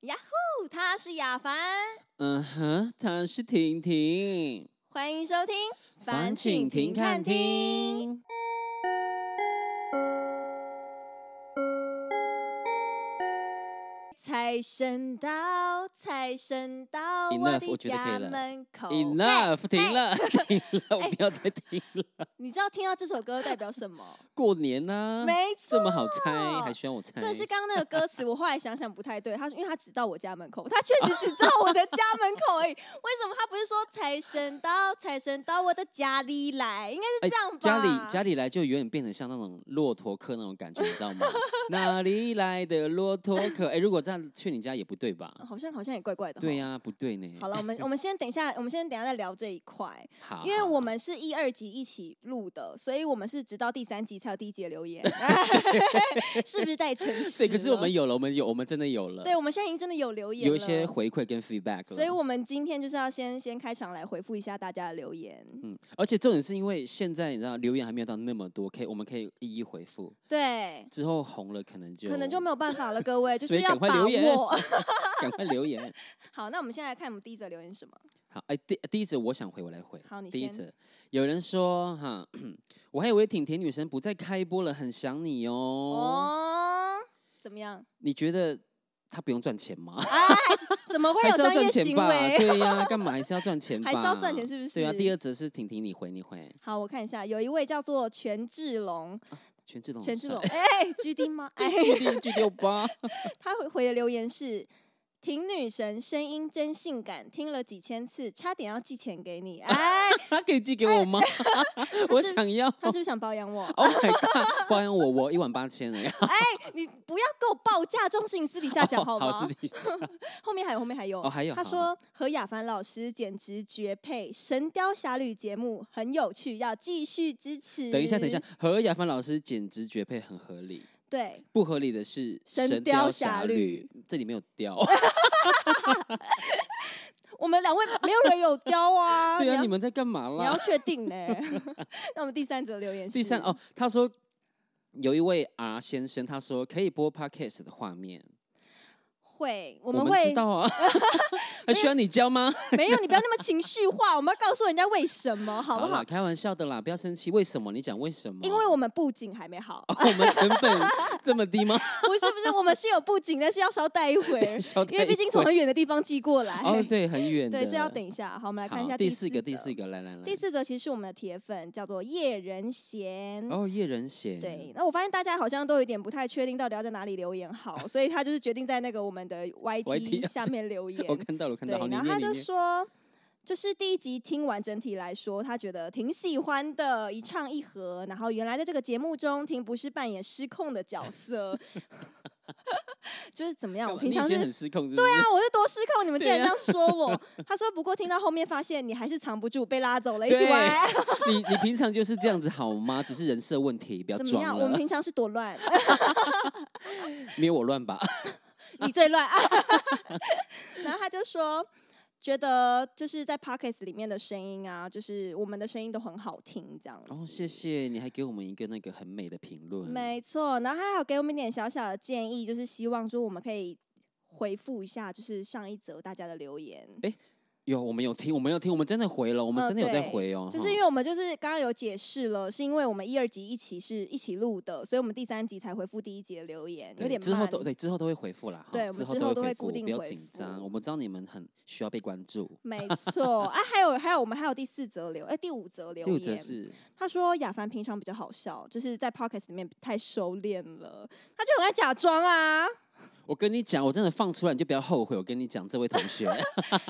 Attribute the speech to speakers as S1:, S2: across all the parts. S1: 呀呼，他是亚凡，
S2: 嗯哼，她是婷婷。
S1: 欢迎收听《
S2: 烦请停看听》。
S1: 财神到，财神到
S2: Enough，
S1: 我的
S2: 我觉得可以
S1: 家
S2: 了
S1: 门口。
S2: Enough，
S1: 哦嘿哎
S2: 停。
S1: 嘿
S2: 了，停了，我不要再听了。
S1: 你知道听到这首歌代表什 么？
S2: 过年呐，
S1: 没错
S2: 这么好猜，还需要我猜？
S1: 这是刚刚那个歌词，我后来想想不太对。他说，因为他只到我家门口，他确实只到我的家门口 而已。为什么他不是说财神到，财神到我的家里来？应该是这样吧？
S2: 哎家里家里来就有点变成像那种骆驼客那种感觉，你知道 吗？哪里来的骆驼客？哎，如果这样去你家也不对吧？
S1: 好像好像也怪怪的。
S2: 对、呀，不对呢。
S1: 哦好了，我们我们先等一下，我们先等一下再聊这一块，
S2: 好，
S1: 因为我
S2: 好
S1: 们是一二集一起录的，所以我们是直到第三集才有第一集的留 言，是不是太诚实
S2: 对，
S1: 了？
S2: 可是我们有了，我们有，我们真的有了，
S1: 对，我们现在已经真的有留言了，
S2: 有一些回馈跟 feedback 了。
S1: 所以我们今天就是要先先开场来回复一下大家的留言。
S2: 嗯，而且重点是因为现在你知道留言还没有到那么多，可以我们可以一一回复。
S1: 对，
S2: 之后红了，可能就
S1: 可能就没有办法了， 各位，就
S2: 所
S1: 是
S2: 以
S1: 要
S2: 赶快
S1: 把
S2: 留言
S1: 握。
S2: 赶快留言。
S1: 好，那我们现在来看我们第一则留言是什么？
S2: 好，哎，第第一则我想回，我来回。
S1: 好你
S2: 第一
S1: 先
S2: 则有人说哈， 我还以为婷婷女神不再开播了，很想你哦。
S1: 哦，怎么样？
S2: 你觉得她不用赚钱吗？
S1: 啊，还是怎么会
S2: 还
S1: 有
S2: 是要
S1: 商业
S2: 赚钱
S1: 行
S2: 吧？
S1: 为？
S2: 对呀、干嘛还是要赚钱吧？
S1: 还是要赚钱是不
S2: 对啊，
S1: 是
S2: 第二则是婷婷，你回你回，
S1: 好，我看一下，有一位叫做权志龙，
S2: 哦权志龙，
S1: 权志龙，哎、g D 吗？哎，
S2: ，G 巨六 八，
S1: 他回回的留言是：婷女神声音真性感，听了几千次，差点要寄钱给你。哎，
S2: 他可以寄给我吗？ 我想要。
S1: 他是不是想包养我？
S2: Oh my god！包养我，我一万八千哎，
S1: 你不要给我报价，这种事情私底下讲好吗？
S2: 哦好，私底下
S1: 后面还有，后面还有。
S2: 哦，还有
S1: 他
S2: 好
S1: 说和亚凡老师简直绝配，《神雕侠侣》节目很有趣，要继续支持。
S2: 等一下，等一下，，何雅凡老师简直绝配，很合理。
S1: 对，
S2: 不合理的是《
S1: 神
S2: 神
S1: 雕
S2: 雕
S1: 侠
S2: 侠
S1: 侣
S2: 侣》，这里没有 雕。
S1: 我们两位没有人有雕啊，
S2: 对啊，
S1: 要
S2: 你们在干嘛
S1: 你要
S2: 啦？
S1: 确定呢？ 那我们第三则留言是
S2: 第三哦，，他说有一位 R 先生，他说可以播 podcast 的画面，
S1: 会我
S2: 我
S1: 们会
S2: 知道 啊， 还需要你教吗？
S1: 没有，你不要那么情绪化，我们要告诉人家为什么， 好不
S2: 啦
S1: 好？
S2: 开玩笑的啦，不要生气。为什么？你讲为什么？
S1: 因为我们布景还没好，
S2: 我们成本这么低吗？，
S1: 不是不是，我们是有布景，但是要稍待一会儿
S2: 稍待
S1: 因为毕
S2: 一
S1: 竟从
S2: 会
S1: 很远的地方寄过来，
S2: 哦，对，很远的，
S1: 对，是要等一下。好，我们来看一
S2: 好
S1: 下
S2: 第
S1: 四
S2: 四个，第四
S1: 四
S2: 个，来来来，
S1: 第四则其实是我们的铁粉，叫做叶仁贤。
S2: 哦，叶仁贤，
S1: 对，那我发现大家好像都有点不太确定到底要在哪里留言 好，所以他就是决定在那个我们的 YT
S2: YT
S1: 下面留 言。
S2: 我看到了，我看到了，
S1: 对，
S2: 好
S1: 然
S2: 里
S1: 后他
S2: 面里
S1: 就
S2: 面，
S1: 说，就是第一集听完整体来说，他觉得挺喜欢的，一唱一和。然后原来在这个节目中，婷不是扮演失控的角色， 就是怎么样？
S2: 干
S1: 我
S2: 嘛
S1: 平
S2: 你以
S1: 常
S2: 前
S1: 是
S2: 很失控，对
S1: 对啊，我是多失控，你们竟然
S2: 对
S1: 这
S2: 啊
S1: 样说我。他说，不过听到后面发现你还是藏不住，被拉走了，一起玩。
S2: 你你平常就是这样子好吗？ 只是人设问题，不要
S1: 怎么样？
S2: 装
S1: 我们
S2: 了，
S1: 平常是多乱，
S2: 没有我乱吧？
S1: 你最乱。 然后他就说，觉得就是在 Pockets 里面的声音啊，就是我们的声音都很好听，这样子。
S2: 哦，谢谢，你还给我们一个那个很美的评论，
S1: 没错，然后他还有给我们一点小小的建议，就是希望说我们可以回复一下，就是上一则大家的留言。
S2: 嗯有我们有听，我们有听，我们真的回了，我们
S1: 呃
S2: 真的有在
S1: 对
S2: 回哦，
S1: 就是因为我们就是刚刚有解释了，是因为我们一二集一起是一起录的，所以我们第三集才回复第一集的留言，有
S2: 对
S1: 点慢。
S2: 之后都对之后都会回复啦，哈
S1: 对我们
S2: 之
S1: 之后都会
S2: 会
S1: 固定
S2: 不要
S1: 回
S2: 紧张，
S1: 复
S2: 我们知道你们很需要被关注。
S1: 没错啊，还有还有，我们还有第四则留，哎、第五则留
S2: 第
S1: 言。
S2: 五则是
S1: 他说亚凡平常比较好笑，就是在 p o c k e t 里面太收敛了，他就很爱假装 啊。
S2: 我跟你讲，我真的放出来你就不要后悔。我跟你讲，这位同学，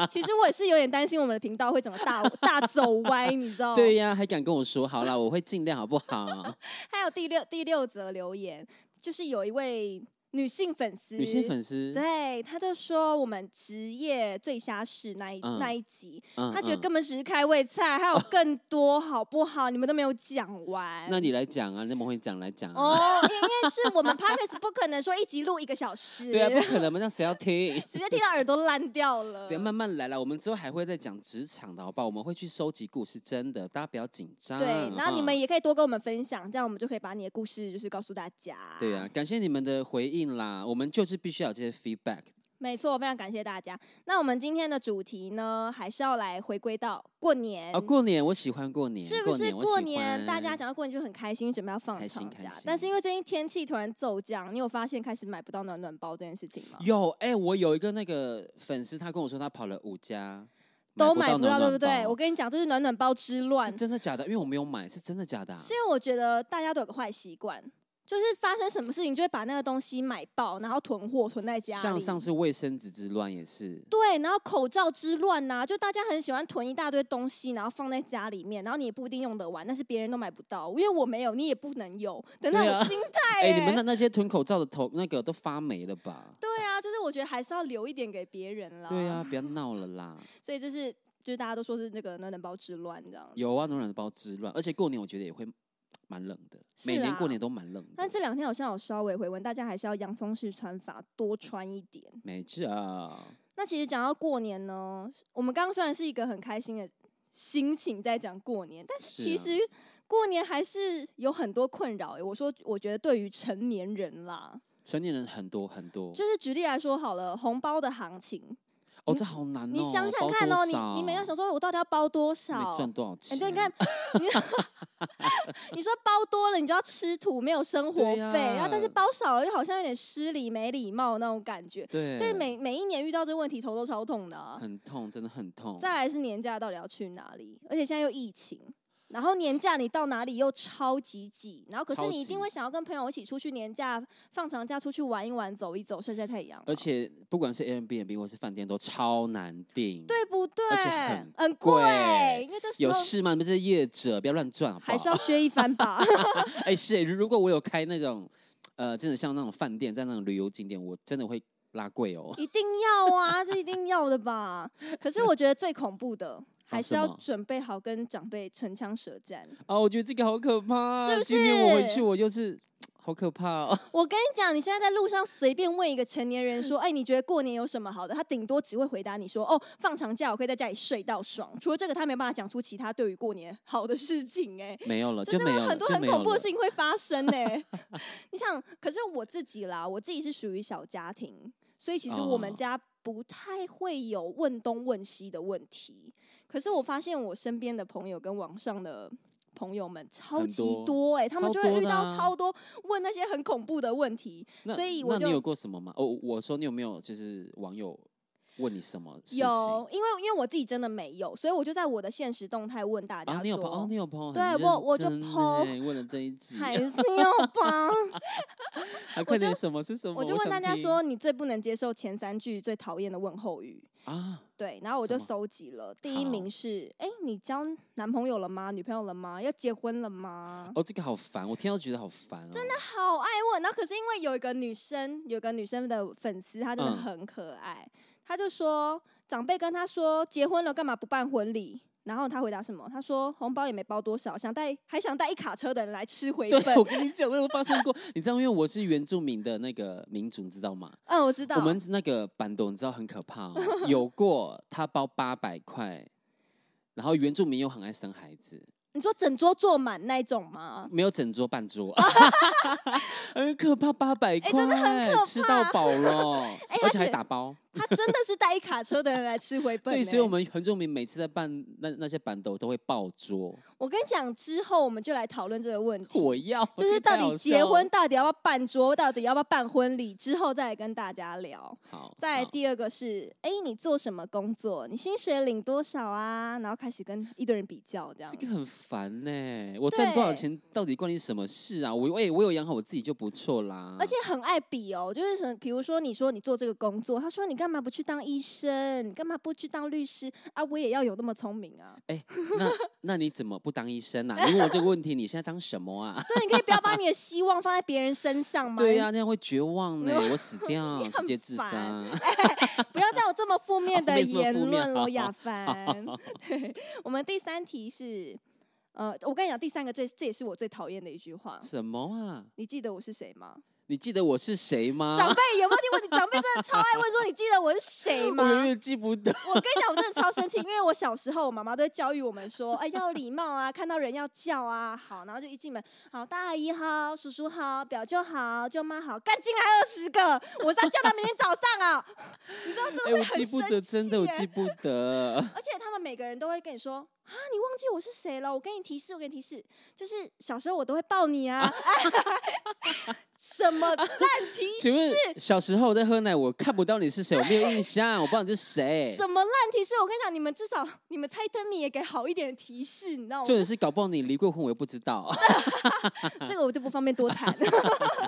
S1: 其实我也是有点担心我们的频道会整个大大走歪，你知道吗？
S2: 对呀、还敢跟我说，好啦，我会尽量，好不 好？
S1: 还有第六第六则留言，就是有一位女性粉丝，
S2: 女性粉丝，
S1: 对，她就说我们职业最瞎事那一、
S2: 嗯
S1: 那一集，
S2: 嗯
S1: 她觉得
S2: 嗯
S1: 根本只是开胃菜，还有更多好不好？你们都没有讲完。
S2: 那你来讲啊，那么会讲来讲、啊。
S1: 哦，因因为是我们 p o d c a s 不可能说一集录一个小时，
S2: 对啊，不可能嘛，那谁要听？
S1: 直接听到耳朵烂掉了。
S2: 对，慢慢来啦。我们之后还会再讲职场的，好不好？我们会去收集故事，真的，大家不要紧张。
S1: 对，然后你们
S2: 哈
S1: 也可以多跟我们分享，这样我们就可以把你的故事就是告诉大家。
S2: 对啊，感谢你们的回应啦。我们就是必须要有这些 feedback，
S1: 没错，非常感谢大家。那我们今天的主题呢，还是要来回归到过年。
S2: 啊，过年我喜欢过年，
S1: 嗯是不是
S2: 我
S1: 过
S2: 喜
S1: 年？
S2: 欢
S1: 大家讲到过年就很开心，准备要放
S2: 开心
S1: 长
S2: 开
S1: 假
S2: 心。
S1: 但是因为最近天气突然骤降，你有发现开始买不到暖暖包这件事情吗？
S2: 有哎、我有一个那个粉丝，他跟我说他跑了五家，
S1: 都
S2: 买
S1: 买
S2: 不
S1: 不到，对
S2: 暖
S1: 不
S2: 暖
S1: 对？
S2: 包
S1: 我跟你讲，这是暖暖包之乱
S2: 是。真的假的？因为我没有买，是真的假的、啊？
S1: 是因为我觉得大家都有个坏习惯，就是发生什么事情就会把那个东西买爆，然后囤货囤在家
S2: 像
S1: 里。
S2: 上次卫生纸之乱也是，
S1: 对，然后口罩之乱呐、就大家很喜欢囤一大堆东西，然后放在家里面，然后你也不一定用得完，但是别人都买不到，因为我没有，你也不能有的那
S2: 对
S1: 种
S2: 啊
S1: 心态、
S2: 哎、
S1: 欸
S2: 你们的那些囤口罩的头那个都发霉了吧？
S1: 对啊，就是我觉得还是要留一点给别人啦。
S2: 对啊，不要闹了啦！
S1: 所以就是就是大家都说是那个暖暖包之乱这样。
S2: 有啊，暖暖包之乱，而且过年我觉得也会蛮冷的，
S1: 是
S2: 每年
S1: 啦
S2: 过年都蛮冷的
S1: 但。这两天好像有稍微回温，大家还是要洋葱式穿法，多穿一点。
S2: 没错，
S1: 那其实讲到过年呢，我们刚刚虽然是一个很开心的心情在讲过年，但是
S2: 是
S1: 其
S2: 啊
S1: 实过年还是有很多困扰、欸。我说，我觉得对于成年人啦，
S2: 成年人很多很多，
S1: 就是举例来说好了，红包的行情，
S2: 哦，这好难哦。
S1: 你想想
S2: 包
S1: 看
S2: 多
S1: 哦，
S2: 少
S1: 你你每要想说我到底要包多
S2: 你
S1: 少？
S2: 赚多少
S1: 哎、
S2: 钱？
S1: 对，你 看，你 你说包多了，你就要吃土，没有生活费，
S2: 对呀
S1: 然后但是包少了，又好像有点失礼、没礼貌那种感觉。
S2: 对，
S1: 所以每每一年遇到这个问题，头都超痛的、啊。
S2: 很痛，真的很痛。
S1: 再来是年假到底要去哪里？而且现在又疫情，然后年假你到哪里又超级挤，然后可是
S2: 超
S1: 你一定
S2: 级
S1: 会想要跟朋友一起出去年假放长假出去玩一玩、走一走、晒晒太阳啊、
S2: 而且不管是 Airbnb 或是饭店都超难订，
S1: 对不对？
S2: 而且很
S1: 很
S2: 贵
S1: 贵，因为这时
S2: 有
S1: 候
S2: 事吗？你们这些业者不要乱赚好不好？
S1: 还 是要削一番吧。
S2: 哎、是、欸，如果我有开那种，呃，真的像那种饭店，在那种旅游景点，我真的会拉贵哦。
S1: 一定要啊，这一定要的吧。可是我觉得最恐怖的还是
S2: 什
S1: 要
S2: 么
S1: 准备好跟长辈唇枪舌战。
S2: 啊，我觉得这个好可怕、啊，
S1: 是不
S2: 今天我回
S1: 是
S2: 去，我就是好可怕哦。
S1: 我跟你讲，你现在在路上随便问一个成年人说：“哎，你觉得过年有什么好的？”他顶多只会回答你说：“哦，放长假我可以在家里睡到爽。”除了这个，他没办法讲出其他对于过年好的事情、哎。
S2: 没有了，
S1: 就是
S2: 没有了，
S1: 很多
S2: 哦就
S1: 很
S2: 没有
S1: 恐怖
S2: 了
S1: 的。事情会发生呢、 你想，可是我自己啦，我自己是属于小家庭，所以其实我们
S2: 哦
S1: 家不太会有问东问西的问题。可是我发现我身边的朋友跟网上的。朋友们超
S2: 很
S1: 级
S2: 多
S1: 多哎、他们
S2: 超
S1: 就会
S2: 多
S1: 遇
S2: 的
S1: 到
S2: 啊
S1: 超多问那些很恐怖的问题，
S2: 那
S1: 所以我
S2: 那
S1: 就
S2: 你有过什么吗？哦，我说你有没有就是网友问你什么事情？
S1: 有，因为因为我自己真的没有，所以我就在我的现实动态问大家说：“
S2: 啊，你有朋哦，你有啊朋友很
S1: 对我我就
S2: 认真
S1: po
S2: 欸为了这一集，
S1: 还是要帮。”
S2: 啊，快
S1: 就
S2: 点什么是什么？
S1: 我就问
S2: 想
S1: 大家
S2: 听
S1: 说，你最不能接受前三句最讨厌的问候语。
S2: 啊，
S1: 对，然后我
S2: 什
S1: 就
S2: 么
S1: 搜集了，第一
S2: 好
S1: 名是：哎、你交男朋友了吗？女朋友了吗？要结婚了吗？
S2: 哦，这个好烦，我听到觉得好烦哦。真的
S1: 好爱问。然后可是因为有一个女生，有个女生的粉丝，她真的
S2: 嗯
S1: 很可爱，她就说长辈跟她说结婚了干嘛不办婚礼？然后她回答什么？她说红包也没包多少，想带还想带一卡车的人来吃回
S2: 对，
S1: 本
S2: 我。跟你讲，我有发生过。你知道，因为我是原住民的那个民族，你知道吗？
S1: 嗯，我知道。
S2: 我们那个板斗，你知道很可怕、哦。有过他包八百块，然后原住民又很爱生孩子，
S1: 你说整桌坐满那一种吗？
S2: 没有整桌 半桌，很可怕，八百块，
S1: 哎真的很可
S2: 吃到饱了，
S1: 哎而
S2: 而且还
S1: 且
S2: 打包。
S1: 她真的是带一卡车的人来吃回本、欸。
S2: 对，所以我们原住民每次在办那那些板斗都会爆桌，
S1: 我跟你讲，之后我们就来讨论这个问题，
S2: 我要
S1: 就是
S2: 这太
S1: 到
S2: 好
S1: 底结
S2: 笑了
S1: 婚到底要不要办桌，到底要不要办婚礼，之后再来跟大家聊。
S2: 好，
S1: 再来
S2: 好
S1: 第二个是，哎、你做什么工作？你薪水领多少啊？然后开始跟一堆人比较，这样
S2: 这。个很烦呢、我赚多少钱到底关你什么事啊？我我也我有养好我自己就不错啦。
S1: 而且很爱比哦，就是什么，比如说你说你做这个工作，他说你干嘛不去当医生？你干嘛不去当律师啊？我也要有那么聪明啊！
S2: 那那你怎么不当医生啊？你问我这个问题，你现在当什 么啊？
S1: 对，你可以不要把你的希望放在别人身上吗？
S2: 对啊呀、那样会绝望呢、
S1: 你
S2: 我死掉，
S1: 很
S2: 直接自杀
S1: 烦。 不要再有这么负面
S2: 哦
S1: 的
S2: 没这么
S1: 言
S2: 负面
S1: 论了，
S2: 好
S1: 亚凡。 对我们第三题是，呃，我跟你讲，第三个这这也是我最讨厌的一句话。
S2: 什么啊？
S1: 你记得我是谁吗？
S2: 你记得我是谁吗？
S1: 长辈有没有听过？你长辈真的超爱问说你记得我是谁吗？
S2: 我 永远记 不得。
S1: 我跟你讲，我真的超生气，因为我小时候，我妈妈都会教育我们说，哎，要有礼貌啊，看到人要叫啊，好，然后就一进门，好，大阿姨好，叔叔好，表舅好，舅妈好，干进来二十个，我是要叫到明天早上啊， 你知道真的
S2: 哎、
S1: 会
S2: 我
S1: 很
S2: 记不
S1: 生气、
S2: 得，真的我记。不得。
S1: 而且他们每个人都会跟你说啊，你忘记我是谁了？我给你提示，我给你提示，就是小时候我都会抱你啊， 什么烂提
S2: 啊请问
S1: 示？
S2: 小时候我在喝奶，我看不到你是谁，我没有印象，我不知道你是谁。
S1: 什么烂提示？我跟你讲，你们至少你们猜灯谜也给好一点的提示，你知道吗
S2: 重？点是搞不好你离过婚，我也不知道。
S1: 这个我就不方便多谈。
S2: 啊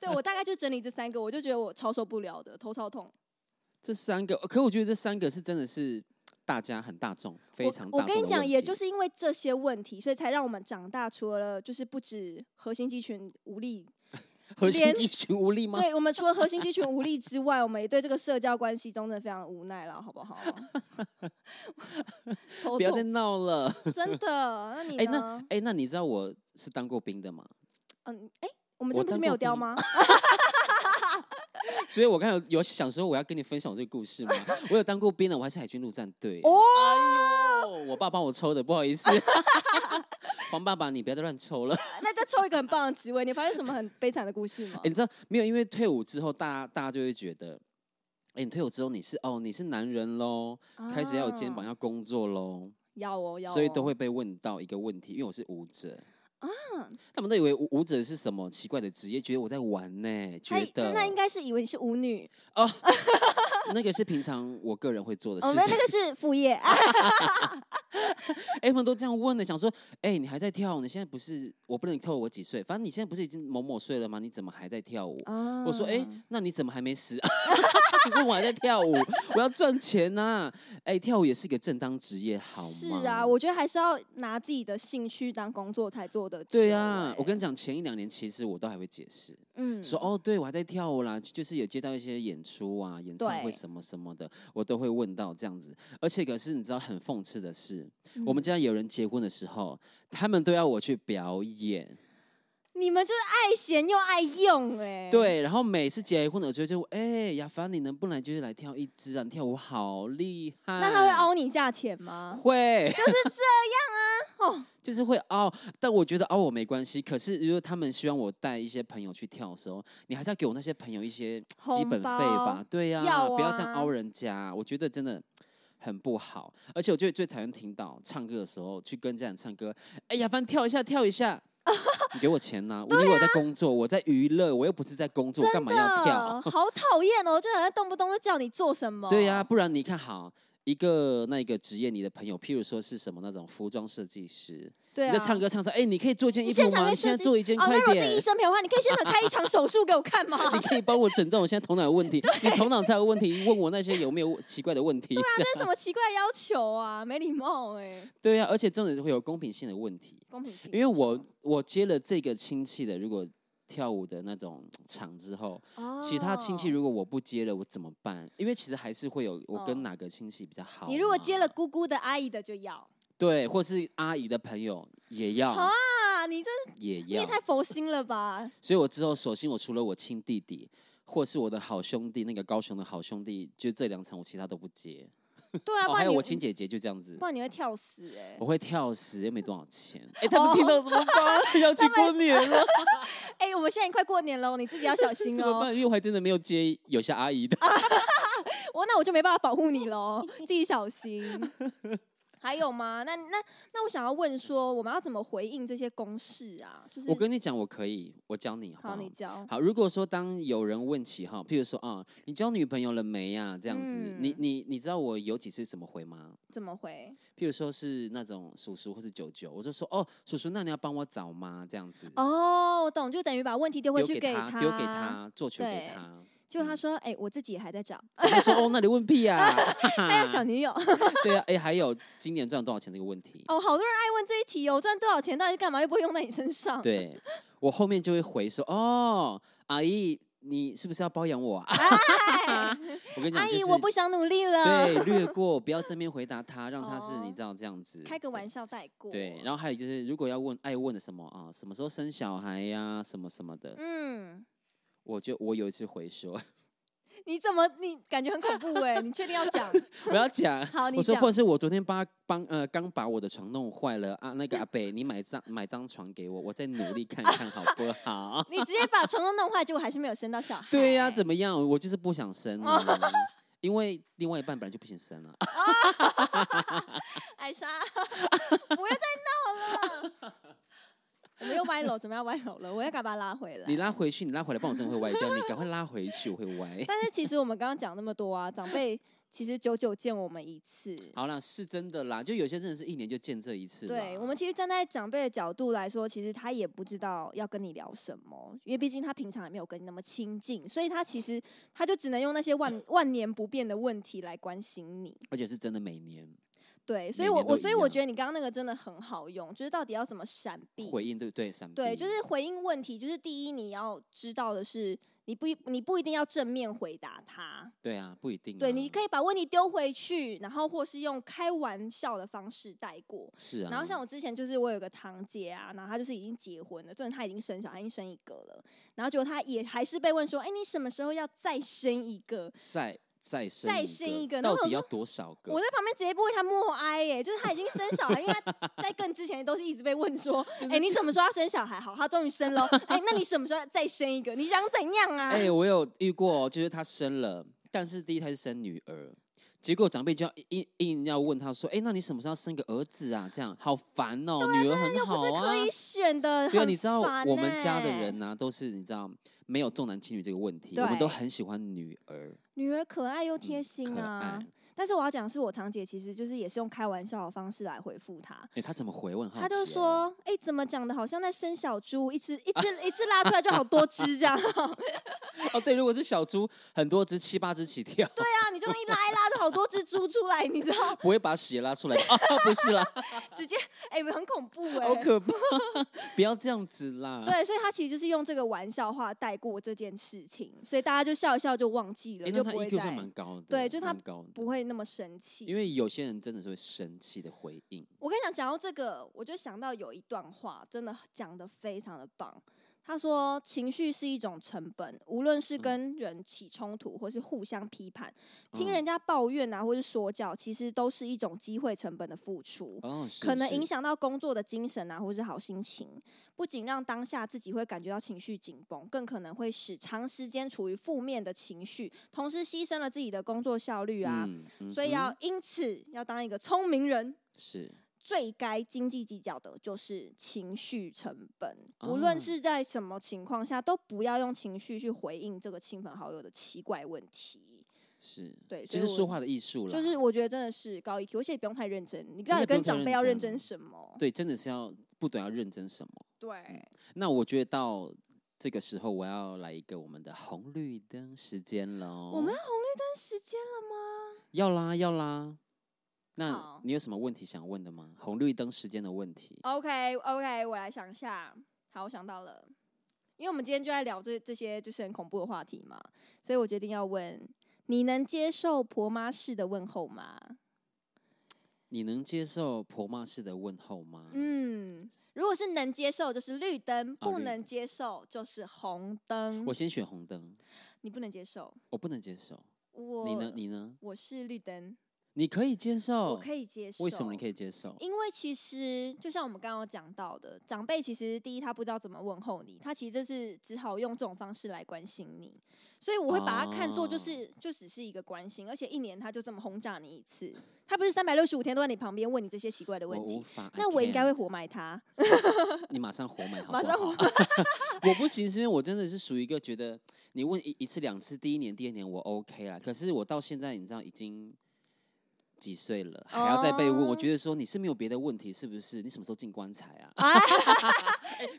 S1: 对我大概就整理这三个，我就觉得我超受不了的，头超痛。
S2: 这三个，可我觉得这三个是真的是大家很大众，非常大众的
S1: 我。我跟你讲，
S2: 问
S1: 也
S2: 题
S1: 就是因为这些问题，所以才让我们长大。除了就是不止核心肌群无力，
S2: 核心
S1: 连
S2: 肌群无力吗？
S1: 对我们除了核心肌群无力之外，我们也对这个社交关系中真的非常无奈了，好不 好？头
S2: 不要再
S1: 痛，
S2: 闹了。
S1: 真的。那你
S2: 哎、那
S1: 呢？
S2: 哎、那你知道我是当过兵的吗？
S1: 嗯，哎，我们
S2: 我
S1: 这不是
S2: 当
S1: 没有
S2: 过
S1: 雕
S2: 兵
S1: 吗？
S2: 所以我刚才有有想说我要跟你分享我这个故事吗？ 我有当过兵的，我还是海军陆战队。
S1: 哦
S2: 哎呦，我爸帮我抽的，不好意思。 黄爸爸，你不要再乱抽了。
S1: 那再抽一个很棒的职位，你发现什么很悲惨的故事吗
S2: 哎、？你知道没有？因为退伍之后，大家大家就会觉得，哎、你退伍之后你是哦，你是男人喽，哎开始要有肩膀，
S1: 啊，
S2: 要工作喽，
S1: 要哦，要哦，啊
S2: 所以都会被问到一个问题，因为我是舞者他们都以为舞舞者是什么奇怪的职业，觉得我在玩呢、觉
S1: 哎
S2: 得
S1: 那应该是以为你是舞女，
S2: 那个是平常我个人会做的事
S1: 哦，
S2: 情
S1: 那。那个是副业啊，
S2: 哎、他们都这样问的，想说，哎、你还在跳舞？你现在不是我不能透露我几岁，反正你现在不是已经某某岁了吗？你怎么还在跳舞？
S1: 啊
S2: 我说，哎、
S1: 嗯
S2: 那你怎么还没死？ 你问我还在跳舞，我要赚钱呐、哎、跳舞也是一个正当职业，好吗？
S1: 是啊，我觉得还是要拿自己的兴趣当工作才做得久
S2: 对啊
S1: 哎，
S2: 我跟你讲，前一两年其实我都还会解释，
S1: 嗯
S2: 说哦，对我还在跳舞啦，就是有接到一些演出啊、演唱
S1: 对
S2: 会什么什么的，我都会问到这样子。而且可是你知道很讽刺的是，我
S1: 嗯
S2: 们家有人结婚的时候，他们都要我去表演，
S1: 你们就是爱闲又爱用哎、，
S2: 对，啊然后每次结婚的时候就哎，雅凡，你能不能就是来跳一支啊？你跳舞好厉害，
S1: 那他会凹你价钱吗？
S2: 会，就是这样
S1: 哦
S2: 啊， 就是会凹。但我觉得凹我没关系。可是如果他们希望我带一些朋友去跳的时候，你还是要给我那些朋友一些基本费吧
S1: 红包？
S2: 对呀、
S1: 要
S2: 不要这样
S1: 啊
S2: 凹人家。我觉得真的。很不好，而且我最最讨厌听到唱歌的时候去跟家人唱歌，哎呀，反正跳一下跳 一下，你给我钱呐、我因为我在工作，我在娱乐，我又不是在工作，我干嘛要跳？
S1: 啊的好讨厌哦！就好像动不动就叫你做什么。
S2: 对呀、不然你看好一个那个职业，你的朋友，譬如说是什么那种服装设计师，
S1: 对啊，
S2: 你在唱歌唱唱，哎、你可以做一件
S1: 你
S2: 衣服
S1: 现场
S2: 吗？
S1: 可以
S2: 你现
S1: 设
S2: 在
S1: 计
S2: 做一件，
S1: 哦，
S2: 快
S1: 那如果是医
S2: 点。
S1: 生朋友的话，你可以现场开一场手术给我看吗？
S2: 你可以帮我诊断我现在头脑有 问题，你头脑才有问题，问我那些有没有奇怪的问题？这
S1: 这
S2: 样
S1: 是什么奇怪的要求啊？没礼貌哎、
S2: 对啊呀、而且重点是会有公平性的问题，
S1: 公平性。
S2: 因为我我接了这个亲戚的，如果跳舞的那种场之后，
S1: 哦
S2: 其他亲戚如果我不接了，我怎么办？因为其实还是会有我
S1: 哦
S2: 跟哪个亲戚比较好嘛。
S1: 你如果接了姑姑的、阿姨的就要
S2: 对，或是阿姨的朋友也要，
S1: 好啊！你这
S2: 也
S1: 你也
S2: 要。
S1: 太佛心了吧？
S2: 所以我之后索性我除了我亲弟弟，或是我的好兄弟那个高雄的好兄弟，就这两场我其他都不接。
S1: 对啊，
S2: 哦，
S1: 不
S2: 还
S1: 然
S2: 有
S1: 你
S2: 我亲姐姐就这样子
S1: 不，然你会跳死哎、
S2: 我会跳死又没多少钱。 哎、他们听到怎么
S1: 哦
S2: 办？ 要去过年了
S1: 哎、我们现在快过年了哦，你自己要小心
S2: 怎么
S1: 哦。
S2: 办？因为我还真的没有接有些阿姨
S1: 啊
S2: 的。
S1: 我那我就没办法保护你喽，自己小心。还有吗？那那那我想要问说，我们要怎么回应这些公式啊？就是
S2: 我跟你讲，我可以，我教你好不
S1: 好，
S2: 好？
S1: 你教
S2: 好，如果说当有人问起哈，譬如说啊、你交女朋友了没呀、这样子，你
S1: 嗯
S2: 你你知道我有几次怎么回吗？
S1: 怎么回？
S2: 譬如说是那种叔叔或是舅舅，我就说哦，叔叔，那你要帮我找吗？这样子。
S1: 哦，我懂，就等于把问题丢回
S2: 丢
S1: 去
S2: 给
S1: 他，
S2: 丢给。他，嗯做球给
S1: 对
S2: 他。
S1: 结果他说：“哎、我自己也还在找，
S2: 他就说：“哦，那你问屁啊！”
S1: 还有小女友。”
S2: 对啊，哎，还有今年赚多少钱这个问题。
S1: 哦，好多人爱问这一题哦，赚多少钱到底是干嘛？又不会用在你身 上。
S2: 对我 后面就会回说：“哦，阿姨，你是不是要包养我啊？” 我我跟你讲，
S1: 阿
S2: 就
S1: 姨，
S2: 是
S1: 我不想努力了。
S2: 对略过，不要正面回答他，让他是你知道这样子
S1: 哦开个玩笑带过。
S2: 对，然后还有就是，如果要问爱问的什么啊，什么时候生小孩呀、什么什么的，
S1: 嗯，
S2: 我就我有一次回说，
S1: 你怎么你感觉很恐怖哎、你确定要 讲？
S2: 我要讲，
S1: 好，你
S2: 我说
S1: 讲？
S2: 或。者是我昨天把帮呃刚把我的床弄坏了啊，那个阿北，你买张买张床给我，我再努力看看好不好
S1: 你直接把床都弄坏，结果还是没有生到小孩。
S2: 对呀、
S1: 么？
S2: 怎么样？我就是不想生、啊，
S1: 哦
S2: 因为另外一半本来就不想 生了、
S1: 艾莎， 不要再闹了。我们又歪楼，准备要歪楼了，我要赶快把它拉回来。
S2: 你拉回去，你拉回来，不然我真的会歪掉。你赶快拉回去，我会 歪。
S1: 但是其实我们刚刚讲那么多啊，长辈其实久久见我们一次。
S2: 好啦，是真的啦，就有些真的是一年就见这一次啦。
S1: 对我们其实站在长辈的角度来说，其实他也不知道要跟你聊什么，因为毕竟他平常也没有跟你那么亲近，所以他其实他就只能用那些万万年不变的问题来关心你。
S2: 而且是真的每年
S1: 对，所以
S2: 每
S1: 我
S2: 年都
S1: 我所以
S2: 一
S1: 我
S2: 样
S1: 觉得你刚刚那个真的很好用，就是到底要怎么闪避
S2: 回应，对不对？闪
S1: 对，
S2: 避
S1: 就是回应问题，就是第一你要知道的是，你不一你不一定要正面回答他，
S2: 对啊，不一定啊。
S1: 对，你可以把问题丢回去，然后或是用开玩笑的方式带过。
S2: 是啊。
S1: 然后像我之前就是我有个堂姐啊，然后她就是已经结婚了，重点她已经生小孩，已经生一个了，然后结果她也还是被问说，哎，你什么时候要再生一个？
S2: 再再生
S1: 再生一个然
S2: 到
S1: 后我
S2: 底
S1: 说
S2: 要多少个？
S1: 我在旁边直接不为她默哀 耶、就是她已经生小孩，因为她在更之前都是一直被问 说，哎，你什么时候要生小孩？好，她终于生了，哎，那你什么时候要再生一个？你想怎样啊？
S2: 哎、我有遇过哦，就是她生了，但是第一胎是生女儿，结果长辈就要硬硬要问她说：“哎、那你什么时候要生个儿子啊？”这样好烦哦、女儿很好啊
S1: 可。以选的，
S2: 对啊，
S1: 很
S2: 你知道
S1: 烦
S2: 我们家的
S1: 欸
S2: 人，呢、啊都是你知道没有重男轻女这个问题，我们
S1: 对
S2: 都很喜欢女儿，
S1: 女儿可爱又贴
S2: 嗯可
S1: 心啊。
S2: 爱。
S1: 但是我要讲的是，我堂姐其实就是也是用开玩笑的方式来回复她。
S2: 哎、她怎么回问？
S1: 她就，说：“哎、怎么讲的？好像在生小猪，一只 一只一只拉出来就好多只这样。对
S2: 哦，对，如果是小猪，很多只，七八只起跳，
S1: 啊，你这么一拉一拉就好多只猪出来，你知道？
S2: 不会把血拉出来。啊，不 是啦，
S1: 直接哎、很恐怖哎、
S2: 好可怕，不要这样子啦。哎
S1: 对，所以她其实就是用这个玩笑话带过这件事情，所以大家就笑一笑就忘记了，
S2: 哎、那
S1: 就
S2: 她
S1: 不会
S2: EQ
S1: 再
S2: 算蛮高的，
S1: 对就是她
S2: 蛮高的。
S1: 不会那么生气。
S2: 因为有些人真的是会生气的回应，
S1: 我跟你讲，讲到这个，我就想到有一段话，真的讲的非常的棒。他说：“情绪是一种成本，无论是跟人起冲突，或是互相批判，听
S2: 嗯
S1: 人家抱怨啊，或是说教，其实都是一种机会成本的付出。
S2: 哦，是
S1: 可能
S2: 是
S1: 影响到工作的精神啊，或是好心情，不仅让当下自己会感觉到情绪紧绷，更可能会使长时间处于负面的情绪，同时牺牲了自己的工作效率啊。
S2: 嗯嗯
S1: 所以要因此要当一个聪明人，
S2: 是
S1: 最该斤斤计较的就是情绪成本，
S2: 哦
S1: 无论是在什么情况下，都不要用情绪去回应这个亲朋好友的奇怪问题。
S2: 是，
S1: 对，所
S2: 就
S1: 以
S2: 是
S1: 我
S2: 说，话的艺术啦，
S1: 就是我觉得真的是高 EQ，而且也不用太认真，你到底
S2: 真的不
S1: 跟
S2: 用
S1: 长辈
S2: 太
S1: 要认
S2: 认真哦
S1: 真什么？
S2: 对，真的是要不懂要认真什么。
S1: 对，
S2: 那我觉得到这个时候，我要来一个我们的红绿灯时间喽。
S1: 我们要红绿灯时间了吗？
S2: 要啦要啦。那
S1: 好
S2: 你有什么问题想问的吗？红绿灯时间的问题。
S1: OK OK，我来想一下。好，我想到了，因为我们今天就在聊这这些就是很恐怖的话题嘛，所以我决定要问：你能接受婆妈式的问候吗？
S2: 你能接受婆妈式的问候吗？
S1: 嗯，如果是能接受就是绿灯，
S2: 啊绿
S1: 不能接受就是红灯。
S2: 我先选红灯，
S1: 你不能接受，
S2: 我不能接受。
S1: 我
S2: 你呢？你呢？
S1: 我是绿灯，
S2: 你可以接受，
S1: 我可以接受。
S2: 为什么你可
S1: 以？
S2: 以接受？
S1: 因为其实就像我们刚刚讲到的，长辈其实第一他不知道怎么问候你，他其实这是只好用这种方式来关心你，所以我会把它看作
S2: 哦
S1: 就是、就只是一个关心，而且一年他就这么轰炸你一次，他不是三百六十五天都在你旁边问你这些奇怪的
S2: 我
S1: 问
S2: 无
S1: 题，
S2: 法，I
S1: 那我应该会
S2: can't
S1: 活埋他。
S2: 你马上活埋好不
S1: 马
S2: 好？
S1: 上 活
S2: 我不行，是因为我真的是属于一个觉得你问一一次两次，第一年第二年我 OK 啦，可是我到现在你知道已经几岁了，还要再被问，
S1: 哦
S2: 我觉得说你是没有别的问题是不是？你什么时候进棺材啊？ 哎
S1: 啊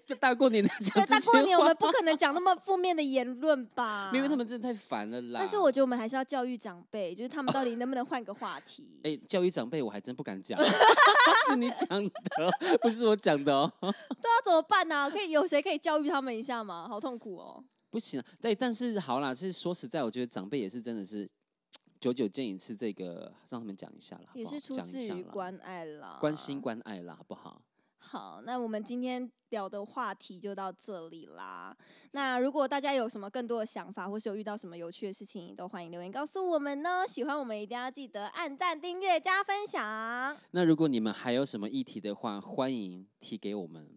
S2: 这大过年的讲
S1: 对，
S2: 这
S1: 大
S2: 些
S1: 过年我
S2: 话
S1: 们，不可能讲那么负面的言论吧？
S2: 因为他们真的太烦了啦。
S1: 但是我觉得我们还是要教育长辈，就是他们到底能不能换个话题？
S2: 哎、教育长辈我还真不敢讲，是你讲的，不是我讲的哦。
S1: 对啊，怎么办呢、可以有谁可以教育他们一下吗？好痛苦哦。
S2: 不行、啊，对，但是好啦，是说实在，我觉得长辈也是真的是久久见一次，这个让他们讲一下啦，好
S1: 也
S2: 不好
S1: 是出
S2: 讲一
S1: 自
S2: 下
S1: 于
S2: 哦啦
S1: 关啊爱啦，
S2: 关心关爱啦，好不好？
S1: 好，那我们今天聊的话题就到这里啦。那如果大家有什么更多的想法，或是有遇到什么有趣的事情，都欢迎留言告诉我们呢。喜欢我们一定要记得按赞、订阅、加分 享。
S2: 那如果你们还有什么议题的话，欢迎提给我们，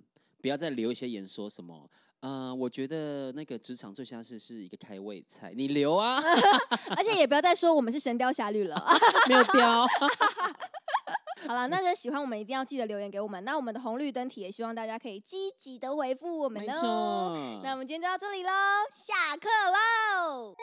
S2: 不要再留一些言说什么。呃，我觉得那个职场最像是是一个开胃菜，你留啊，
S1: 而且也不要再说我们是《神雕侠侣》了。
S2: 没有掉。
S1: 好了，那这喜欢我们一定要记得留言给我们。那我们的红绿灯题也希望大家可以积极的回复我们
S2: 没
S1: 哦。
S2: 错，
S1: 那我们今天就到这里喽，下课喽。